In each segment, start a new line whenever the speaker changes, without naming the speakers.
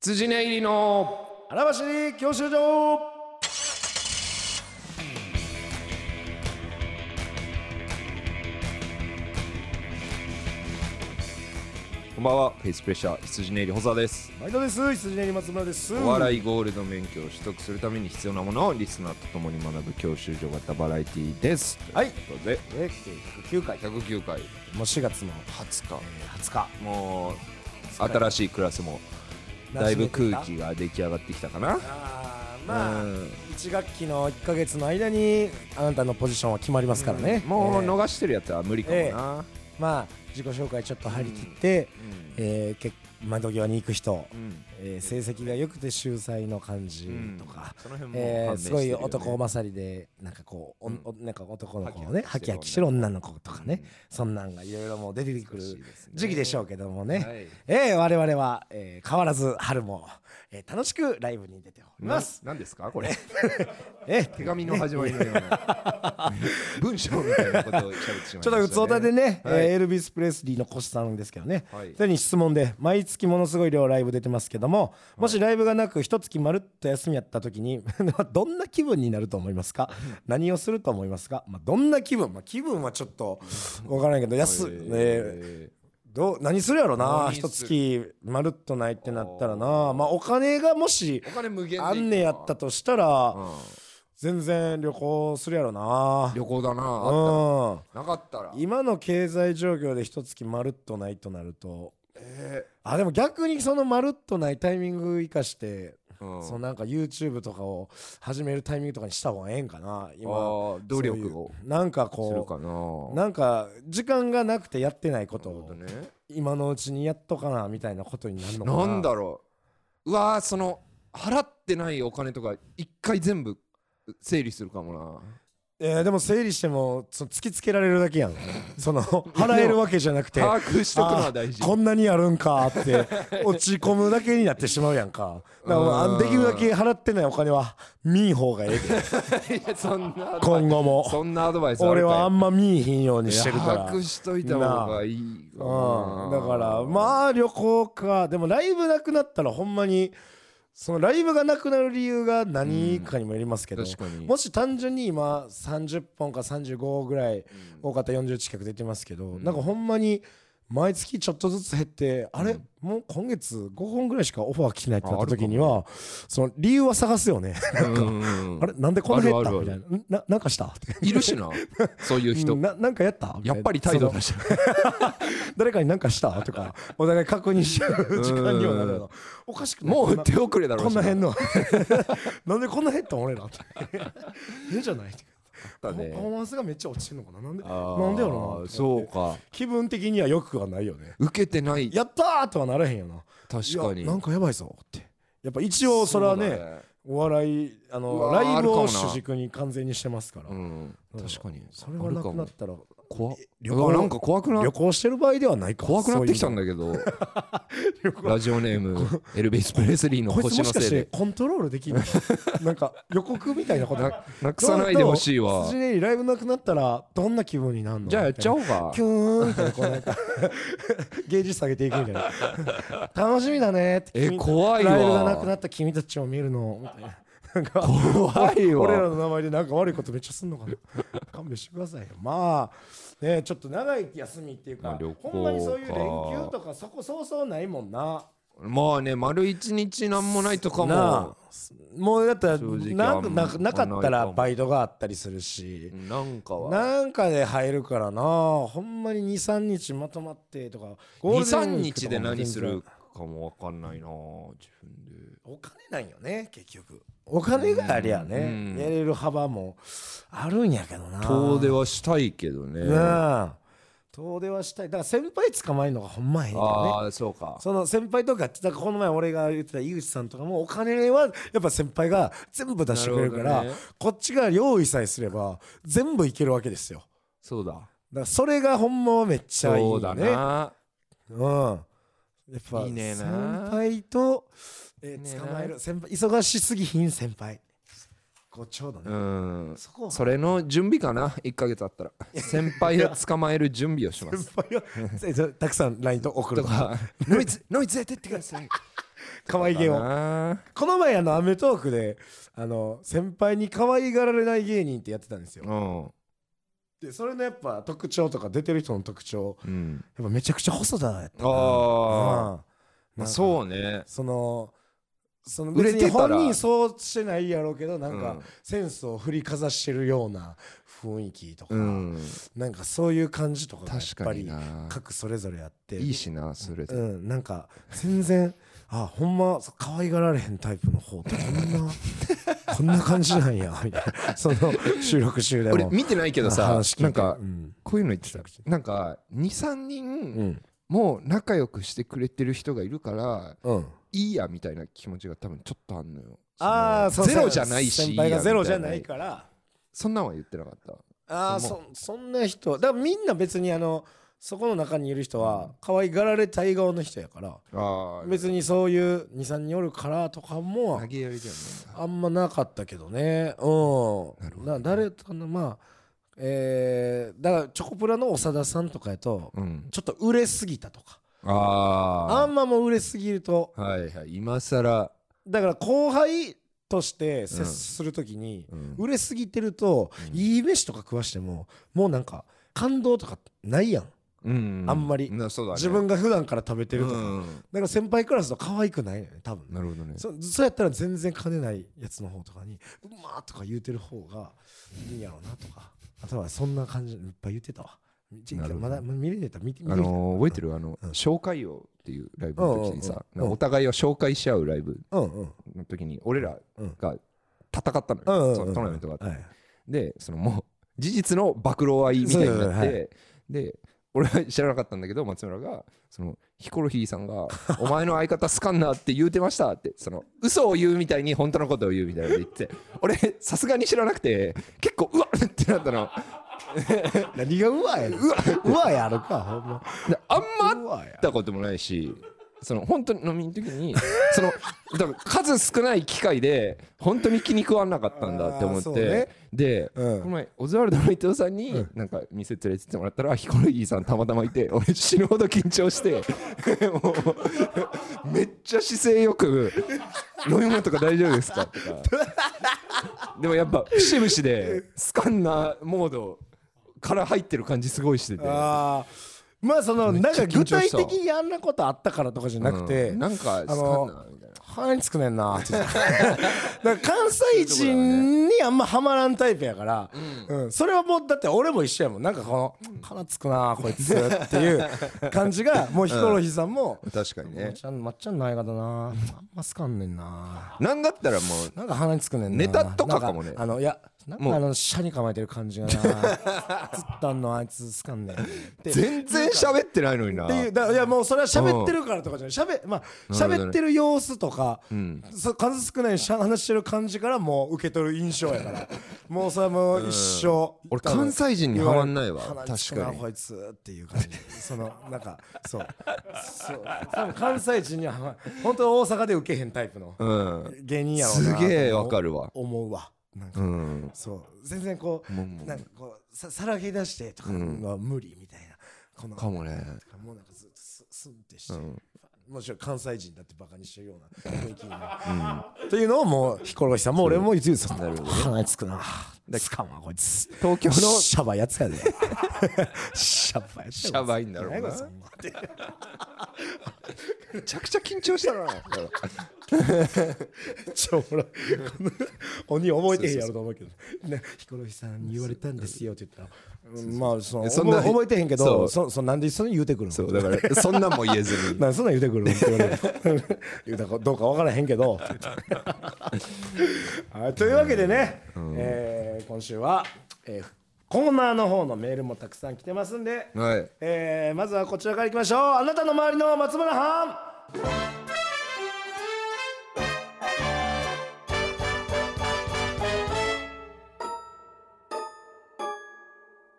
辻根入りの
荒走り教習所
こんばんは、フェイスプレッシャー、羊ネイリ細田です。
毎度です羊ねり松村です
お笑いゴールド免許を取得するために必要なものをリスナーと共に学ぶ教習所型バラエティーです。
はい
ということで、
え109回
109回
もう4月の
20
20日
日、もう新しいクラスもだいぶ空気が出来上がってきたかな。
あーまあ
うん
1学期の1か月の間にあなたのポジションは決まりますからね、
もう
えー
逃してるやつは無理かもな。
まあ自己紹介ちょっと張り切って、えーけ窓際に行く人、
ん
えー成績が良くて秀才の感じとか、
その辺も
え
判
ー
明し
す
てるよね
ごい男勝りでなんかこう、おんおなんか男の子をねハ
ハ
キ
キ
ハ
ハ
キ
キ
し
してて
る
る
女の子とかね、そんなんがいろいろもう出てくる時期でしょうけどもね、
はい
えー我々は、えー変わらず春も、えー楽しくライブに出ており
な
ます。
何ですかこれ
えー
手紙の始まりのような 文章みたいなことを喋ってしまいました、ね、
ちょっとうつおたでね、
はい
えーエルビス・プレスリーのコシさんですけどね、
はい
それに質問で、毎月ものすごい量ライブ出てますけども、もしライブがなく、一月まるっと休みやった 時に、どんな気分になると思いますか、何をすると思いますか、まあ、どんな気分、まあ、気分はちょっと分からないけど、安、ね
え
どう何するやろな、
何す
一月まるっとないってなったらな、まあ、お金がもし
ーお金無限でいいか
あんねやったとしたら、
うん
全然旅行するやろな。
旅行だなあっ
うん
たらなかったら
今の経済状況で一月まるっとないとなると、あでも逆にそのまるっとないタイミング生かして、
うん
そのなんか YouTube とかを始めるタイミングとかにした方がええんかな
あ
今
ー努力を
そういうなんか
する
こ
か
う
な
なんか時間がなくてやってないこと
なるほど
を
ね
今のうちにやっとかなみたいなことになるのかな
なんだろううわーその払ってないお金とか一回全部整理するかも
えーでも整理してもその突きつけられるだけやん その払えるわけじゃなくて
な把握しとくのは大事
あこんなにやるんかって 落ち込むだけになってしまうやんかだからもう
う
あ
ん
できるだけ払ってないお金は見ん方がええ で
いやそんなアドバイ
今後
ス
も
そんなアドバイスあ
俺
るかい
はあんま見いひんようにしてるか
いや
ら
把握しといた方がいいかな
うん、だからまあ旅行かでもライブなくなったらほんまにそのライブがなくなる理由が何かにもよりますけど、
うん確かに
もし単純に今30本か35ぐらい多かったら40近く出てますけど、なんかほんまに毎月ちょっとずつ減って、あれもう今月5本ぐらいしかオファー来てないってなった時にはその理由は探すよね
うんうんうん
あれなんでこんな減った
あるある
みた
あ
い
る
なななんかしたって
いるしなそういう 人
ななんかやったみた
や
いな
っぱり態度出してる
誰かに何かしたと かお互い確認し合う時間にはなるのおかしくない
も
こ
うん
な
手遅れだろ
こんな
変
変の なんでこんな変ったん俺らって嫌じゃないパ
だ
フ
ね
ォーマンスがめっちゃ落ちてんのかななんで
あー
なんでやろうな
そうか
気分的にはよくはないよね
受けてない
やったーとはならへんよな
確かに
いやなんかやばいぞってやっぱ一応それはね
そうだね
お笑いあの
うわー
ライブ
あ
を
るかもな
主軸に完全にしてますから、
うん確かに
それがなくなったら
怖っ
旅
旅
行
なんか怖くな
旅行してる場合ではないか
怖くなってきた
だ
んだけど
旅行
ラジオネー ムエルビス・プレスリーの
こいつ
星
も
の
しか
せ
し
い
て
で
コントロール できるなんか予告みたいなこと
ななくさないでほしいわ
辻根にライブなくなったらどんな気分になるの
じゃあやっちゃお
う
うか
キューンみたいなこうな んか芸術下げていくみたいな楽しみだねって
え
君
怖いわ
ライブがなくなった君たちを見るのみたいななんか
怖いわ
俺らの名前でなんか悪いことめっちゃすんのかな勘弁してくださいよまあねちょっと長い休みっていう
ま
か
あ旅行か
ほんまにそういう連休とかそこそうそうないもんな
まあね丸一日なんもないとか
なあ
も
もうだったら
正直
な
あんま
ななかった
ないからも
バイトがあったりするし
なんかは
なんかで入るからなほんまに23日まとまってとかゴールデン
23
ウィーク
日
とか
で
も
何す
全
る
然
かもわかんないな自分で
お金なんよね結局お金がありゃね
うん
やれる幅もあるんやけどな
遠出はしたいけどね
なあ遠出はしたいだから先輩捕まえるのがほんまへんよね
ああそうか
その先輩とかってだからこの前俺が言ってた井口さんとかもお金はやっぱ先輩が全部出してくれるか
な
ら
るほどね
こっちが用意さえすれば全部いけるわけですよ
そうだ
だからそれがほんまはめっちゃいい
そう
よ
だ
ね
な
うんやっぱ
いいね
先
な
輩とえ
ね
ー
な
捕まえる先輩忙しすぎひん先輩こうちょうど
う
ね
ん
そこを
それの準備かな1ヶ月あったら先輩を捕まえる準備をし ます
先輩をたくさん LINE と送る
と
とか
かノイズノイズ出てってください
可愛げを
を
この前あの『アメトーーク』であの先輩に可愛がられない芸人ってやってたんですよでそれのやっぱ特徴とか出てる人の特徴
うん
やっぱめちゃくちゃ細田やったな
あ
うん
ま
なんか
あそうね
そのその
売れ
別
て
に
たら
本人そうしてないやろうけどなん
う
か
ん
センスを振りかざしてるような雰囲気とか、
うん
なんかそういう感じとかがやっ
確
ぱ
かに
り
な
各それぞれあって
いいしなそれ
う
で
ん、なんか全然あほんまそう可愛がられへんタイプの方ってこんな こんな感じなんやみたいなその収録中で
俺
も
見てないけどさ
話聞いて
なんか
うん
こういうの言ってたなんか23人
うん
もう仲良くしてくれてる人がいるから
うん、
いいやみたいな気持ちが多分ちょっとあんのよ
ああ
そのゼロじゃないし
先輩がゼロじゃないい
いやみた
から
そんなんは言ってなかった
ああ
そ
そそんな人だからみんな別にあのそこの中にいる人は可愛がられたい側の人やから
ああ
別にそういう23人おるからとかも
投げやりだよね
あんまなかったけどねうん
なるほど
な誰とのまあえーだからチョコプラの長田さんとかやと
うん
ちょっと売れすぎたとかあ
あ
んまもう売れすぎると
あはいはい今さら
だから後輩として接するときに、売れすぎてると、
うん
いい飯とか食わしてももうなんか感動とかないやん、あんまり自分
が
が普段から食べてるとか、だ
うん
から先輩クラスと可愛くないのよね多分
なるほどね
そそうやったら全然金ないやつの方とかに「うまー」とか言うてる方がいいんやろうなとかあとはそんな感じいっぱい言ってたわち
なるほど
まだまだ見れねえたら見て見
あ
れる
のー覚えてるあの
うん
紹介をっていうライブの時にさ
うんうんうん
お互いを紹介し合うライブ
うんうん
の時に俺ら
うん
が戦ったの
うん
よ
うんうん
そのトーナメントがあって
はい
でそのもう事実の暴露愛みたいに
そう
なっ
そうは
てで俺は知らなかったんだけど松村がそのヒコロヒーさん が「お前の相方スカンナーって言うてました」ってその嘘を言うみたいに本当のことを言うみたいなこと言って俺さすがに知らなくて結構うわっってなったの
何がうわやねん
うわ
うわやるかほんま
であんま
うわ
会っ
や
たこともないしその本当に飲みの時にそのだから数少ない機会で本当に気に食わなかったんだって思
あー
って、
そうね
で、
うん
この前オズワルドの伊藤さんになんか店連れてってもらったら、ヒコロヒーさんたまたまいて俺死ぬほど緊張して もうめっちゃ姿勢よく「飲み物とか大丈夫ですか?」とかでもやっぱ節々でスカンナーモードから入ってる感じすごいしてて。
あーまあその
め
な
っ
ん
ちゃ
か具
緊張
体
した
的にあんなことあったからとかじゃなくて、
うんなんかスカンナーみたいな。
腹につくね んなって言ってた だから関西人にあんまハマらんタイプやから、うんそれはもうだって俺も一緒やもんなんかこの腹つくなこいつっていう感 じがもうヒコロヒーさんも「
確かに
まっ
ね
ちゃんまっちゃんの相方なあんま好かんねんな
なんだったらもう
なんか鼻につくねんな
ネタとかかもね
なんあのいやなん
もう
かあの車に構えてる 感じがなずっとあんのあいつ好かんねんって
全然喋ってないのにな
っていうだからいやもうそれは喋ってるからとかじゃない喋ま
な
あ
るほどね
喋ってる様子とか、
ん
そ数少ないしゃ話してる感じからもう受け取る印象やからもうそれはもう一生
俺関西人にはまんないわ
言われる
確
鼻
か
につくな
に
こいつっていう感じそのなんかそうそう多分関西人にははまん本当大阪で受けへんタイプの
うん
芸人やろう
す
な
げえわかるわ
思うわなんか、
うん
そう全然こう
もうもう
なんかこうささらけ出してとかは無理みたいな、この
かもね
もうなんかずっとすすんってして、
うん
もちろん関西人だってバカにしてるような雰囲気に、というのをもうヒコロヒーさんも俺も言ってた
なるほどね
鼻につくなつかんわこいつ
東京の
シャバいや つやでシャバいやつ
シャバいんだろうな
何やそんなって
めちゃくちゃ緊張したな
めっちゃおもろいこの鬼覚えてへんやろと思うけどねヒコロヒーさんに言われたんですよって言ったらうんまあその
そんな
覚え覚えてへんけ
そ
ど
う
そそなんでそれ言うてくる の
そうだからそんなんも言えずに
なんでそんなん言うてくるのって言われる言うたかどうか分からへんけど はいというわけでね、えー今週は、えーコーナーの方のメールもたくさん来てますんで、
はい
えーまずはこちらからいきましょうあなたの周りの松村藩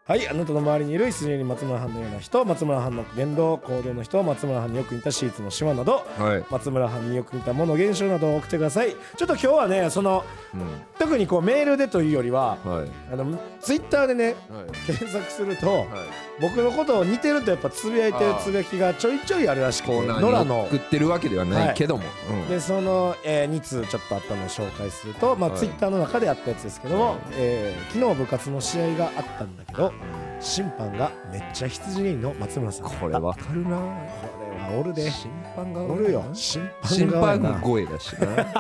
はいあなたの周りにいるイスリエに松村藩のような人松村藩の言動行動の人松村藩によく似たシーツの島など、
はい
松村藩によく似たもの現象などを送ってくださいちょっと今日はねその
うん
特にこうメールでというよりは、
はい
あのツイッターでね
はい
検索すると、
はい
僕のことを似てるとやっぱつぶやいてる
あー
つぶやきがちょいちょいあるらしく
コー
て
ナ
野良
ーに
の
送ってるわけではないけども、うん
でその、え2通ちょっとあったのを紹介すると、まあ
はい
ツイッターの中であったやつですけども、
はい
えー昨日部活の試合があったんだけど審判がめっちゃ羊人の松村さんだった
これわかるな
これはおるで
審判が
おるよ審判
審
側や
判
な
声だしな
確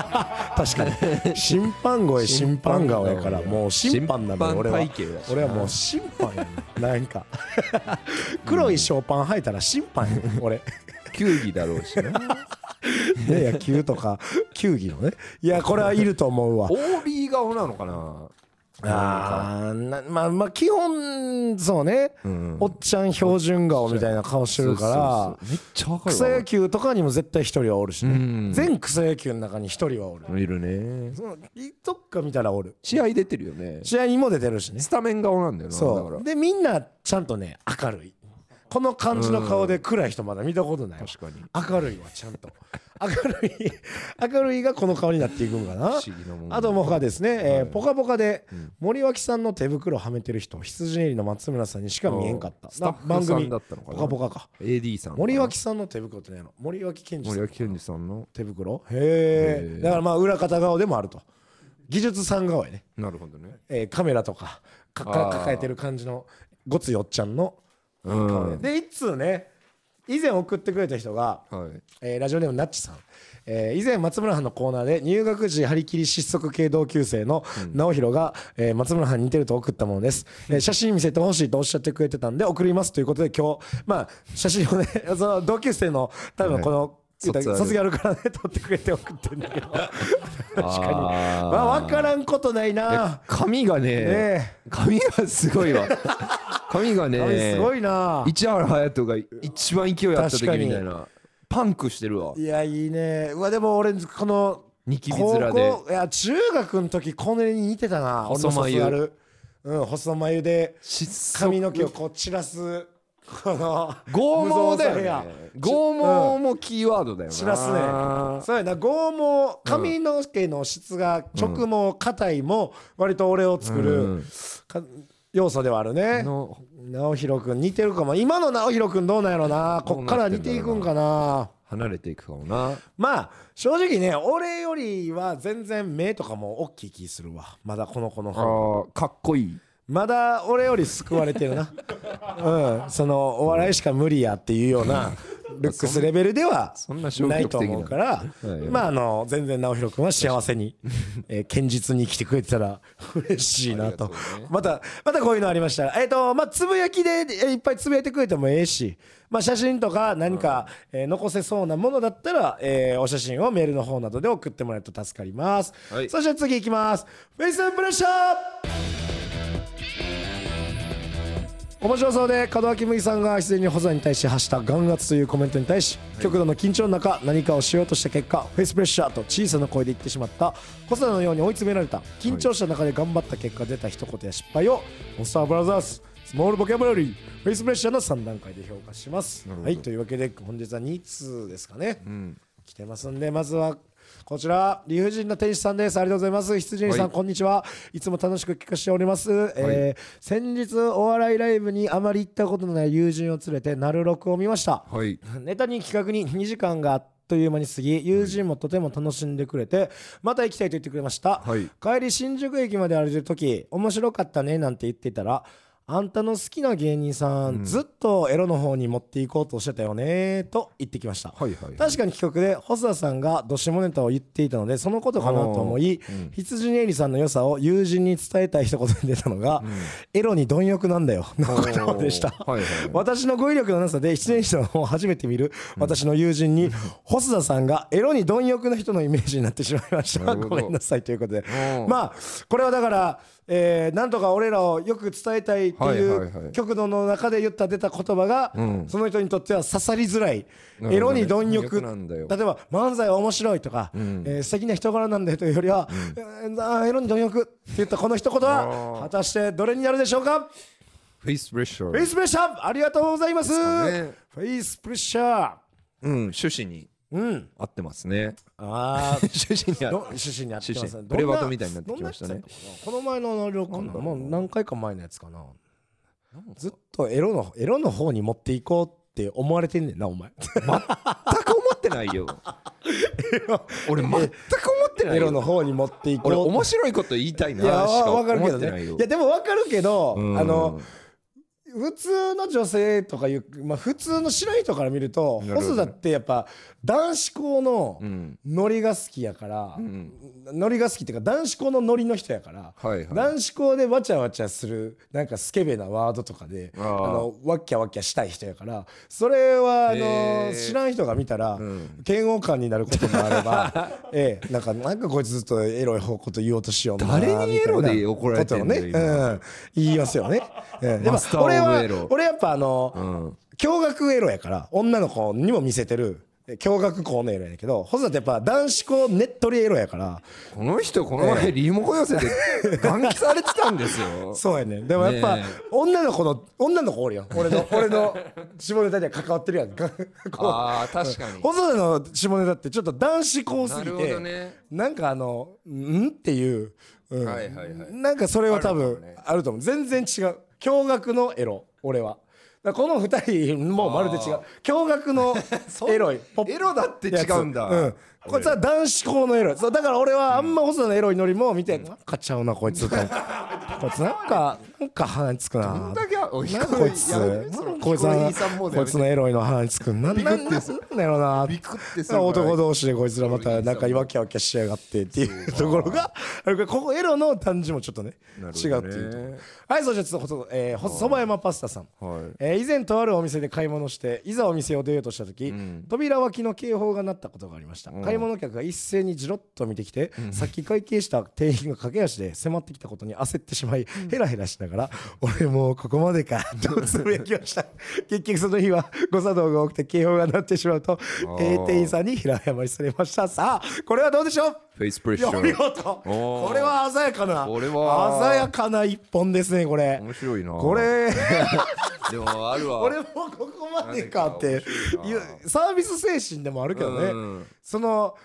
か に審判声審判顔やからもう審判なのよ俺は
審判体型だしな
俺はもう審判や ねなんか黒いショーパン履いたら審判やね 俺
球技だろうしな
ね野球とか球技のねいやこれはいると思うわ
OB 顔なのかな
あーなまあまあ基本そうね、
ん
おっちゃん標準顔みたいな顔してるから
そうそうそうめっちゃわかる
草
わ
野球とかにも絶対一人はおるしね、
うん
全草野球の中に一人はおる、
いるね
そのどっか見たらおる
試合出てるよね
試合にも出てるしね
スタメン顔なんだよなだか
そ
ら
うでみんなちゃんとね明るいこの感じの顔で暗い人まだ見たことないわ
確かに
明るいはちゃんと明るい明るいがこの顔になっていくんかな
不思議なもんだ
あともうがですね、えー
はい
ポカポカで森脇さんの手袋はめてる人羊入りの松村さんにしか見えんかった
あースタッフさん
番組
だったのかな
ポカポカか
AD さん
森脇さんの手袋って何やろ森脇健二さ
森
ん
脇健二さんの
手袋へ
へ
え
ー
だからまあ裏方顔でもあると技術さん顔やね
なるほどね
えーカメラとかかか
あー
抱えてる感じのごついおっちゃんの
うん
で一通ね以前送ってくれた人が、
はい
えーラジオネームなっちさん、えー以前松村藩のコーナーで入学時張り切り失速系同級生の直弘が、えー松村藩に似てると送ったものです、えー写真見せてほしいとおっしゃってくれてたんで送りますということで今日まあ写真をね その同級生の多分この、言ったら卒
卒
業あるからね撮ってくれて送ってんだ けど確か
あー
にまあ分からんことないな
髪がね
ね
髪がすごいわ 髪がね
あれすごいな
市原隼人が一番勢いあった時みたいなパンクしてるわ
いやいいねうわでも俺この
ニキビ面で
高校いや中学の時これに似てたな俺
細
の卒
眉
アルうん細眉で髪の毛をこう散らすこの
剛毛だ
無造
よ
作
ね
や
剛
うん
毛もキーワードだよな
散らすねそうやな剛毛髪の毛の質が直毛硬いも割と俺を作
う
る
ん
か要素ではあるね
の
直弘くん似てるかも今の直弘くんどうなんやろなこっから似ていくんかな
離れていくかもな
まあ正直ね俺よりは全然目とかも大きい気するわまだこの子の
あ
方
ーかっこいい
まだ俺より救われてるなうんそのお笑いしか無理やっていうようなルックスレベルでは
そんな消
ない
極
と
的な
思うから
はい
まああの全然直弘君は幸せに、えー堅実に来てくれてたら 嬉しいなと
ありがとうね
またまたこういうのありましたらえっ、とまあつぶやきでえーいっぱいつぶやいてくれてもええし、まあ、写真とか何か、えー残せそうなものだったら、えーお写真をメールの方などで送ってもらえると助かります、
はい
そして次いきますフェイスプレッシャー面白そうで門脇麦さんが自然に保存に対して発した眼圧というコメントに対し極度の緊張の中何かをしようとした結果フェイスプレッシャーと小さな声で言ってしまった細田のように追い詰められた緊張した中で頑張った結果出た一言や失敗をモンスターブラザーズスモールボキャブラリーフェイスプレッシャーの3段階で評価します
なるほ
は
ど
いというわけで本日は2通ですかね、
うん
来てますんでまずはこちら理不尽な天使さんですありがとうございます羊さん、
はい
こんにちはいつも楽しく聞かせております、えー先日お笑いライブにあまり行ったことのない友人を連れてなる録を見ました
はい
ネタに企画に2時間があっという間に過ぎ友人もとても楽しんでくれてまた行きたいと言ってくれました、
はい
帰り新宿駅まで歩いてる時面白かったねなんて言ってたらあんたの好きな芸人さん、ずっとエロの方に持っていこうとしてたよねと言ってきました、
はいはい
確かに企画で細田さんがどしもネタを言っていたのでそのことかなと思い、羊ねりさんの良さを友人に伝えたい一言に出たのが、エロに貪欲なんだよのことでした、
おーはいはい
私の語彙力のなさで一年生を初めて見る私の友人に、細田さんがエロに貪欲な人のイメージになってしまいました
なるほ
ご
ど
めんなさいということで
うん
まあこれはだから、えーなんとか俺らをよく伝えたいってい
はいはいは
う
い
極度の中で言った出た言葉が、
ん
その人にとっては刺さりづらい、
ほどね
エロに貪欲
貪欲なんだよ
例えば漫才は面白いとか、えー素敵な人柄なんだよというよりは、えーあーエロに貪欲って言ったこの一言は果たしてどれになるでしょうか
フェイスプレッシャー
フェイスプレッシャーありがとうございます
ね
フェイスプレッシャー
うん趣旨に
うん
合ってますね
ああ
趣旨に合っ
趣旨にやってます
趣
ね
旨プレバトみたいになってきましたね
どんなやつやったかなこの前のあのか
なんだ
な
ろう
もう何回か前のやつかな
て
ずっとエロのエロの方に持っていこうって思われてんねんなお前
全く思ってないよ 俺全く思ってない
エロの
よ
方に持っていこう
俺
って
面白いこと言いたいないし
や
か思
わ
っ
かるけど
てな
ね
いよ
いやでもわかるけど
うん
あの普通の女性とかいう、まあ、普通の白い人から見ると
なるほど
細田ってやっぱ男子校の
うん
ノリが好きやから、
ん
ノリが好きっていうか男子校のノリの人やから、
はいはい
男子校でわちゃわちゃするなんかスケベなワードとかで
あ
あ
ー
のわっきゃわっきゃしたい人やからそれはあ
へ
の
ー
知らん人が見たら、
ん
嫌悪感になることもあれ ば、ええ、なんかなんかこいつずっとエロい方こと言おうとしような
誰にエロで怒られてんの
ことをね、うん、言いますよね。ええ、で
マ
も
スターオブ
俺は
エロ
俺やっぱあの、
うん
驚愕エロやから女の子にも見せてるえ驚愕校のエロやねんけど細田ってやっぱ男子校ねっとりエロやから。
この人この前リモコ寄せで換気されてたんですよ
そうやねでもやっぱ、
ね
女の子の女の子おるよ俺の俺 の下ネタには関わってるやんか こ
ああ確か
う
に
細田の下ネタってちょっと男子校す
な
ぎ
るほ
て
どね
なんかあの「ん?」っていう、うん
はいはいはい
なんかそれは多
あるかも
分
ね
あると思う全然違う驚愕のエロ俺はだからこの2人もうまるで違う
あ
驚愕 のエロいポップ
エロだって違うんだ、
やつうん、こいつは男子校のエロいそうだから俺はあんま細田のエロいノリも見て、なんかちゃうなこいつとこいつなんか なんか鼻につくな
どんだけおい
なんか
こ
こ
い
い
つ
つ
やめて
な
そ
ん
の
かこいつは
聞こえいいさんモードや
こい
め
つ
て
のエロいの鼻につくんなんなんなんなんだろうな
ビクってする
男同士でこいつらまた仲いわきわきしやがってっていうところがあるからここエロの感じもちょっとね
なるほ
違
ど
う
ね
っていうところはいそうじゃあちょっとほそえーほそば山パスタさん
はい
えー以前とあるお店で買い物していざお店を出ようとした時、扉脇の警報が鳴ったことがありました、買い物客が一斉にじろっと見てきて、さっき会計した店員が駆け足で迫ってきたことに焦ってしまい、ヘラヘラしながら「俺もうここまでか」とつぶやきま した結局その日は誤作動が多くて警報が鳴ってしまうと、えー店員さんに平謝りされましたさあこれはどうでしょう
フェイスプレッシャ
お見
ー
事
おー
これは鮮やかな
これは
鮮やかな一本ですねこれ
面白いな
これ
でもあるわ
俺もここまでかって
なんか面
い
白
う
いな
サービス精神でもあるけど
う
ね
ん
その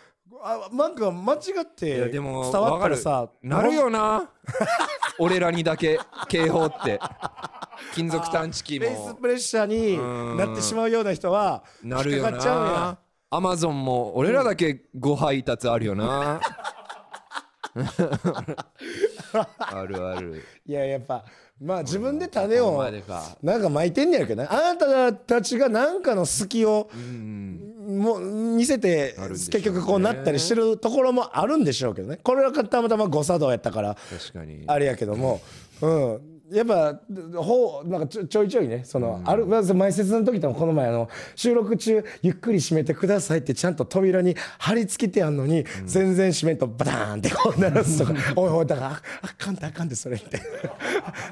あなんか間違って
いやで
伝
も
わったら
わ
さ
かるなるよ な俺らにだけ警報って金属探知機
フェイス
も
プレッシャーになってしまうような人は引
なる
っ
よ
かかっちゃうよ
なアマゾンも俺らだけご配達あるよ なあるある
いややっぱまあ自分で種
ここ
を
までか
なんか巻いてんねやろけどねあなたたちがなんかの隙をもう見せて
あるんでしょうね
結局こうなったりしてるところもあるんでしょうけどねこれはたまたま誤作動やったから
確かに
あれやけども、うん、やっぱほうなんかちょちょいちょいねその、あるまず前説の時ともこの前あの収録中ゆっくり閉めてくださいってちゃんと扉に貼り付けてあんのに、全然閉めんとバターンってこう鳴らす とか「おいおいだからああかんってあかんでそれ」って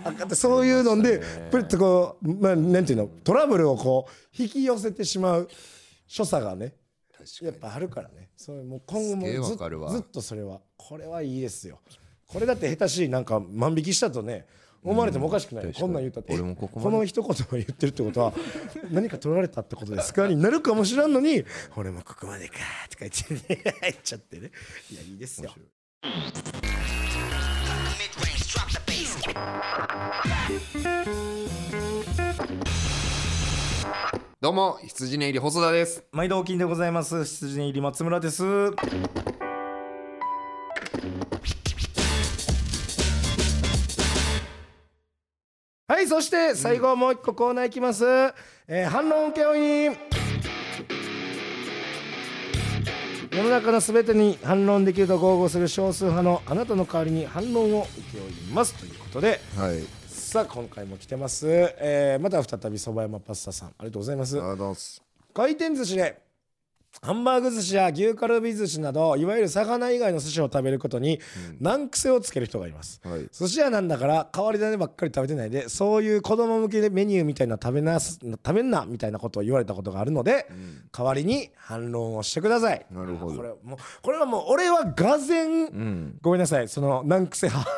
あかんってそういうのでプリッとこう、まあ、なんていうのトラブルをこう引き寄せてしまう所作がねやっぱあるからねそれもう今後も
すげえわ
ず
かるわ
ずっとそれはこれはいいですよこれだって下手しいなんか万引きしたとね思われてもおかしくない、
確かに
こんなん言ったって
俺もここまで
の一言を言ってるってことは何か取られたってことですかになるかもしらんのに俺もここまでかとか言って、ね、 入っちゃってねいやいいですよ
Mid-range, drop the bass.
どうも羊ねいり細田です
毎度お金でございます羊入り松村ですはいそして最後もう一個コーナーいきます、えー反論請負人世の中のすべてに反論できると豪語する少数派のあなたの代わりに反論を請負いますということで
はい
さあ今回も来てます、えーまた再びそば山パスタさんありがとうございます
あどうす
回転寿司でハンバーグ寿司や牛カルビ寿司などいわゆる魚以外の寿司を食べることに難癖をつける人がいます、
はい
寿司屋なんだから変わり種ばっかり食べてないでそういう子供向けでメニューみたいなの食べなす食べんなみたいなことを言われたことがあるので、代わりに反論をしてください
なるほど
これもうこれはもう俺はがぜん、
ん
ごめんなさいその難癖派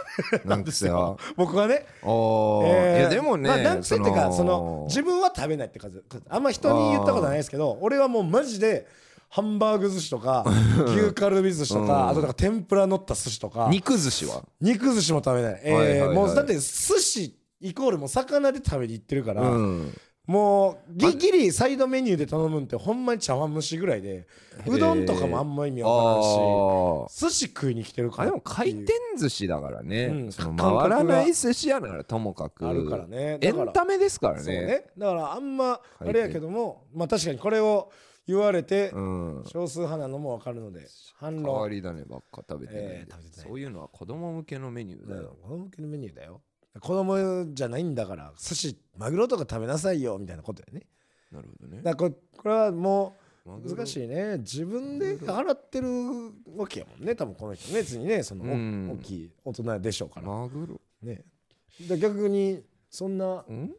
なんですよ
難癖
僕はね
あー、
えー
いやでもね、
まあ、難癖っていうかその自分は食べないって感じあんま人に言ったことないですけど俺はもうマジでハンバーグ寿司と か牛カルビ寿司とか、あとなんか天ぷら乗った寿司とか
肉寿司は
肉寿司も食べない,、えー
はいはいはい
もうだって寿司イコールもう魚で食べに行ってるから、
うん
もうギリギリサイドメニューで頼むんってほんまに茶碗蒸しぐらいでうどんとかもあんま意味わからんし、寿司食いに来てる
あー
か
あ
ら
で
っ
も
ていう
回転寿司だからね、
うん
そ
感覚
の
が
回らない寿司屋ならともかく
あるからね
エ
だから
ンタメですからね
そうねだからあんまあ
回
れ
転
やけどもまあ確かにこれを言われて
うん
少数派なのも分かるので反
変
論
わり種ばっか食べてないんで
えー食べてない
そういうのは子供向けのメニューだ
うん
よ、
子供向けのメニューだよ子供じゃないんだから寿司マグロとか食べなさいよみたいなことだよね
なるほどね
だからここれはも
マグ
う
ロ
難しいね自分で払ってるわけやもんね多分この人ね別にねその
うん
お大きい大人でしょうから
マグロ
ねで逆にそんなん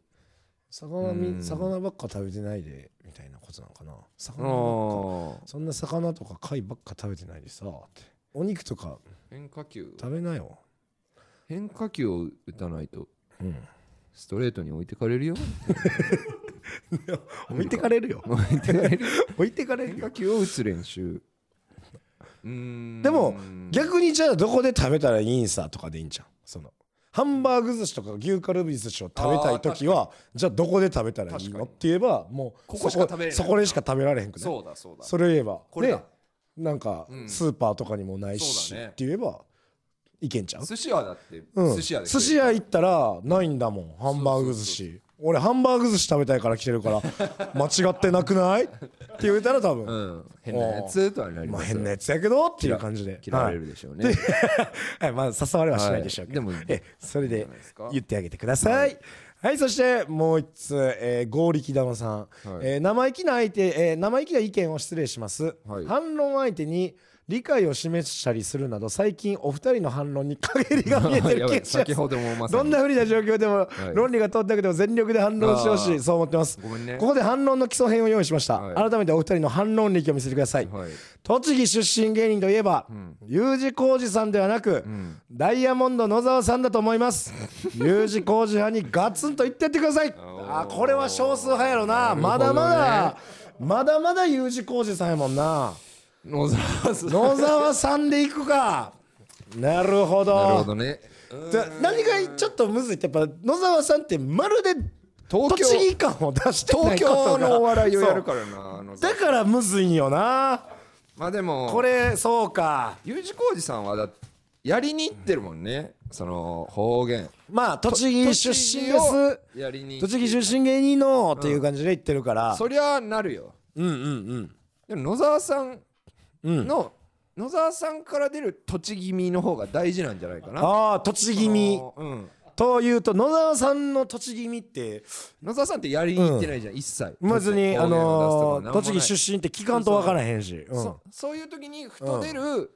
魚み
うん
魚ばっか食べてないでみたいなことなのかな
あ
魚ばっか
ー
そんな魚とか貝ばっか食べてないでさってお肉とか
変化球
食べなよ
変化球を打たないと
うん
ストレートに置いてかれるよ
置いてかれるよ
置いてかれる
置いてかれる
変
よ
化球を打つ練習うーん
でも逆にじゃあどこで食べたらいいんさとかでいいんじゃんそのハンバーグ寿司とか牛カルビ寿司を食べたい時はじゃあどこで食べたらいい
確か
のっ
に
て言えばもう
ここしか食べれない
そこでしか食べられへんくない
そうだそうだ
それを言えば
これだ
でなんか
うん
スーパーとかにもないし、
そうだね
って言えばいけんちゃう
寿司屋だって、
うん
寿司屋で
寿司屋行ったらないんだもんハンバーグ寿司俺ハンバーグ寿司食べたいから来てる から間違ってなくないって言うたら多分、
うん変なやつとはなり
ま
ま
あ
すよ
変なやつやけどっていう感じで
嫌われるでしょうね、
はい、はい、 まあ誘われはしないでしょうけど、
はいでも
えそれ
い
で
いんじゃないですか
言ってあげてくださいはい、そしてもう一つ、えー、合力玉さん、えー生意気な相手、えー生意気な意見を失礼します、
はい
反論相手に理解を示したりするなど最近お二人の反論に陰りが見えてる
やば
気
い
がします
先ほどもまさに
どんな不利な状況でも、
い
論理が通ってなくても全力で反論してほし
あ
い
ー
そう思ってます
ごめんね
ここで反論の基礎編を用意しました、
はい
改めてお二人の反論力を見せてください、
はい
栃木出身芸人といえば、U 字工事さんではなく、ダイヤモンド野沢さんだと思います U 字工事派にガツンと言ってやってくださいあこれは少数派やろな
なるほ
ま
どね
だまだまだまだ U 字工事さんやもんな
野沢さんなる
野沢さんでいくかなるほど
ほどね
じゃあ何がちょっとむずいってやっぱ野沢さんってまるで
東京
栃木感を出してな
東
いことが
京のお笑いをやる
ら
からな野沢
だからむずいんよな
まあでも
これそうか
U 字工事さんはだってやりに行ってるもんね、その方言
まあ栃木出身で
栃木
す
をやりに行って
栃木出身芸人のっていう感じで言ってるから、
そりゃなるよ
うんうん
でも野沢さん
うんうん
の、野沢さんから出る栃木味の方が大事なんじゃないかな
ああ栃木味
うん
というと野沢さんの栃木味って
野沢さんってやりに行ってないじゃん、一切
まずに、
方言を
あ
出すと
の
かなんもない
栃木出身って聞かんとわからへんし、うん
そそういう時にふと出る、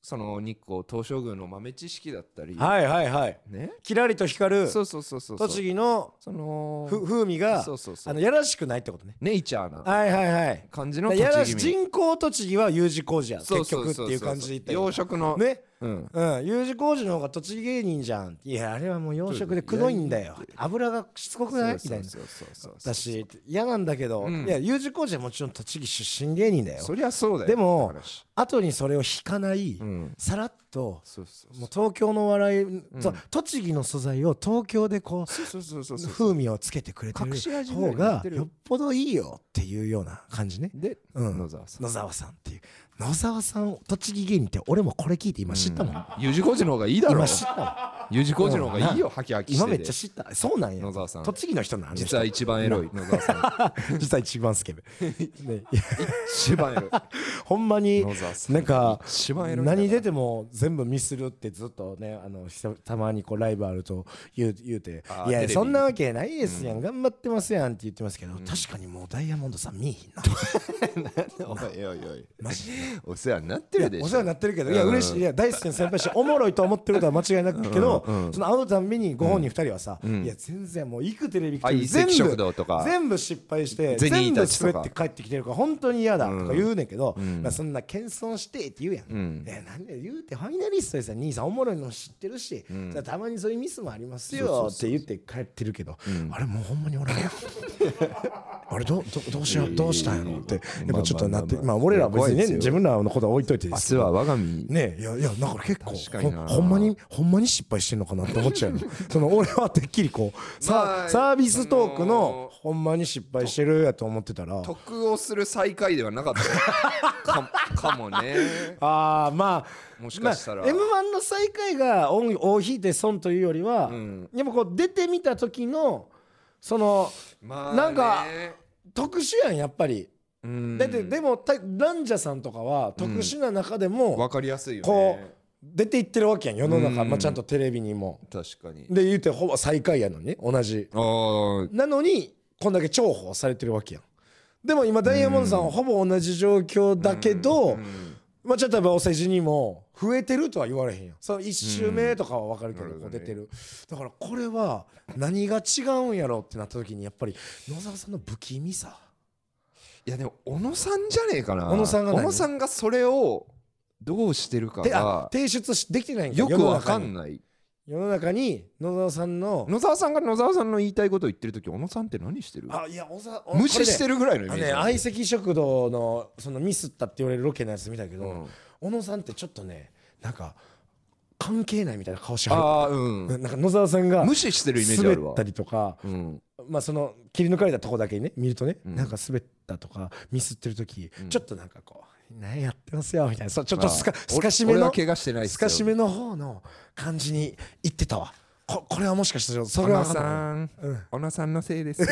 その日光東照宮の豆知識だったり、
はいはいはい
ね
キラリと光る
そうそうそうそうそう
栃木の
その
ふ風味が
そうそうそう
あのやらしくないってことね
ネイチャーな
はいはいはい
感じの
だからやらし
栃木味
人工栃木は U 字工事や
そう
結
そう
局
そう
って
そう
いう感じで言ったよ
養殖の
ね
うん
うん、U 字工事の方が栃木芸人じゃんいやあれはもう養殖でくどいんだよ油がしつこくないみたいな
そうそうそうそう
だし嫌なんだけど、いや U 字工事はもちろん栃木出身芸人だよ
そりゃそうだよ
でも
話
後にそれを引かない、
ん
さらっと
そうそう
もう東京の笑い、と栃木の素材を東京でこう
そうそうそうそう
風味をつけてくれてる
隠し味ぐらい
方
にな
が
ってる
よっぽどいいよっていうような感じね
で、
うん
野沢さん
野沢さんっていう野沢さん栃木芸人って俺もこれ聞いて今知ったもん、
U 字工事の方がいいだろ
今知った
U 字工事の方がいいよハキハキして
今
て
めっちゃ知ったそうなんや
野沢さん
栃木の人なん
実は一番エ ロい野沢さん
実は一 番スケベ、ね、いや
一番エロい
ほんまに
野沢さん
なんか
一番偉いんだから
何出ても全部ミスるってずっとねあのひさたまにこうライブあると言う言うて
あー
「い
テレ
や
ビ
そんなわけないですやん、頑張ってますやん」って言ってますけど、確かにもうダイヤモンドさん見えひんな
おいおいおい
マジで
お世話になってるでしょ
お世話になってるけどいや
うん
嬉しいいや大好きな先輩やしおもろいと思ってることは間違いなくけどその会うたんびにご本人2人はさいや全然もういくテレビ来て
あいい
る全
関食堂
部
とか
全部失敗して
ゼニー
全部
たちとか
滑って帰ってきてるから本当に嫌だとか言うねんけどまあそんな謙遜してって言うやんえなんで言うてファイナリストですよ兄さんおもろいの知ってるしそれたまにそういうミスもありますよって言って帰ってるけどあれもうほんまにおら んやんあれどどどうしようどうしたんやろってやっぱちょっとなって
まあまあまあ
まあ俺らは別に
怖いで
ね
すよ
自分らのことは置いといてで
明
す
日
けど
は我が身
ねえいやいやだから結構
確かにな
ほほんまにほんまに失敗してんのかなって思っちゃうよ その俺はてっきりこうさ、
まあ
サービストーク
その
のほんまに失敗してるやと思ってたら
得をする最下位ではなか ったかかもね
ああまあ
もしかしたら
まあ、m 1の最下位が恩を引いて損というよりは、
ん
でもこう出てみた時のその
まあね
なんか特殊やんやっぱり、
うん
だってでもたランジャさんとかは特殊な中でも、
わかりやすいよね
こう出ていってるわけやん世の中、
うん
まあ、ちゃんとテレビにも。
確かに
で言うてほぼ最下位やのにね同じ
あー
なのにこんだけ重宝されてるわけやんでも今ダイヤモンドさんはほぼ同じ状況だけど、
うん
まあちょっとやっぱお世辞にも増えてるとは言われへんやんその1周目とかは分かるけど
うん
こう出てるだからこれは何が違うんやろってなった時にやっぱり野沢さんの不気味さ
いやでも小野さんじゃねえかな
小野さんが
小
何
野さんがそれをどうしてるか
であ
が
提出しできてないんか
よくわかん
い
ない
世の中に世の中に野沢さんの
野沢さんが野沢さんの言いたいことを言ってる時小野さんって何してる
あいや小沢
無視して
る
るぐらいのイメージ
ね相席食堂のそのミスったって言われるロケのやつ見たけど、
うん
小野さんってちょっとねなんか関係ないみたいな顔しは
ああう
る
ん
ななんか野沢さんが
無視してるイメージあ
滑
るわ
ったりとか、
うん
まあ、その切り抜かれたとこだけね見るとね、
うん
なんか滑ったとかミスってる時、
うん
ちょっとなんかこう「何やってますよ」みたいなそうちょっと
まあ
すか,、
俺
すかしめ
俺は
の
怪我してないっすよ
すかしめの方の感じに行ってたわここれはもしかしたらそ
小
れは
野
分かんない
さん小野さんのせいですよ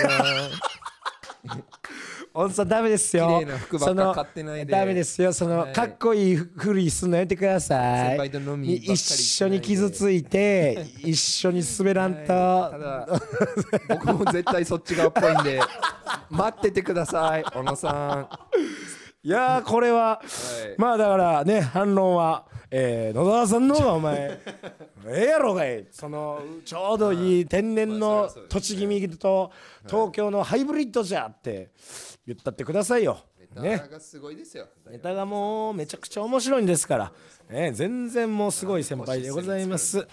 小野さんダメですよ
綺麗な服ばっか買ってないで
そのダメですよその、
はい
かっこいいふりすんのやめてください
先輩と飲みばっかり行ってないで
一緒に傷つ いて一緒に滑らんと、
ただ僕も絶対そっち側っぽいんで 待っててください小野さ
い、やーこれは、
い
まあだからね反論は、えー野沢さんの方が お前ええやろがいそのちょうどいい天然
まあ
の
そりゃそうですね
栃木右と東京のハイブリッドじゃって言ったってくださいよ。
ん
ね
がすごいですよ
ネタがもうめちゃくちゃ面白いんですから、ね、全然もうすごい先輩でございます。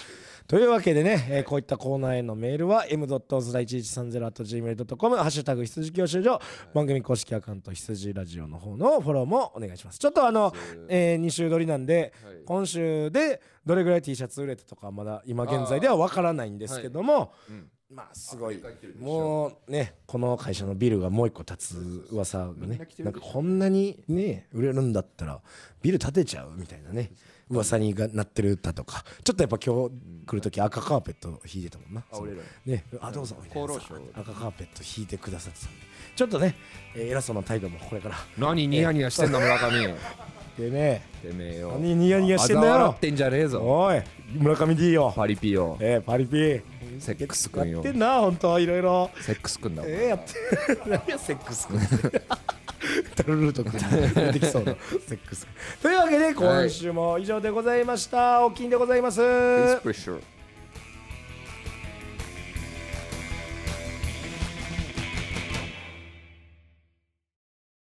というわけでね、えーこういったコーナーへのメールは m o z a 1 1 3 0 g m a i l c o m ハッシュタグ羊教習所番組公式アカウント羊ラジオの方のフォローもお願いしますちょっとあの、え2週撮りなんで、
はい
今週でどれぐらい T シャツ売れたとかまだ今現在ではわからないんですけども、まあすごいもうねこの会社のビルがもう一個建つ噂がねなんかこんなにね売れるんだったらビル建てちゃうみたいなね噂にがなってるだとかちょっとやっぱ今日来る時赤カーペット引いてたもんな
あ俺ら
ねあどうぞみたいなさ
厚労省
赤カーペット引いてくださってたんでちょっとねえー偉そうな態度もこれから
何ニヤニヤしてんだ 村上
でね
てめえよ
何ニヤニヤしてんだよ
あざ笑ってんじゃねえぞ
おい村上 D よ
パリピよ
えーパリピー
セックスくん
やっ
よ
てんな本当いろいろ
セックスくんだもん
えー、やってる 何やセックス タルルートが出てきそうな セックスというわけで今週も以上でございました、おっきいんでございます
プレッシャー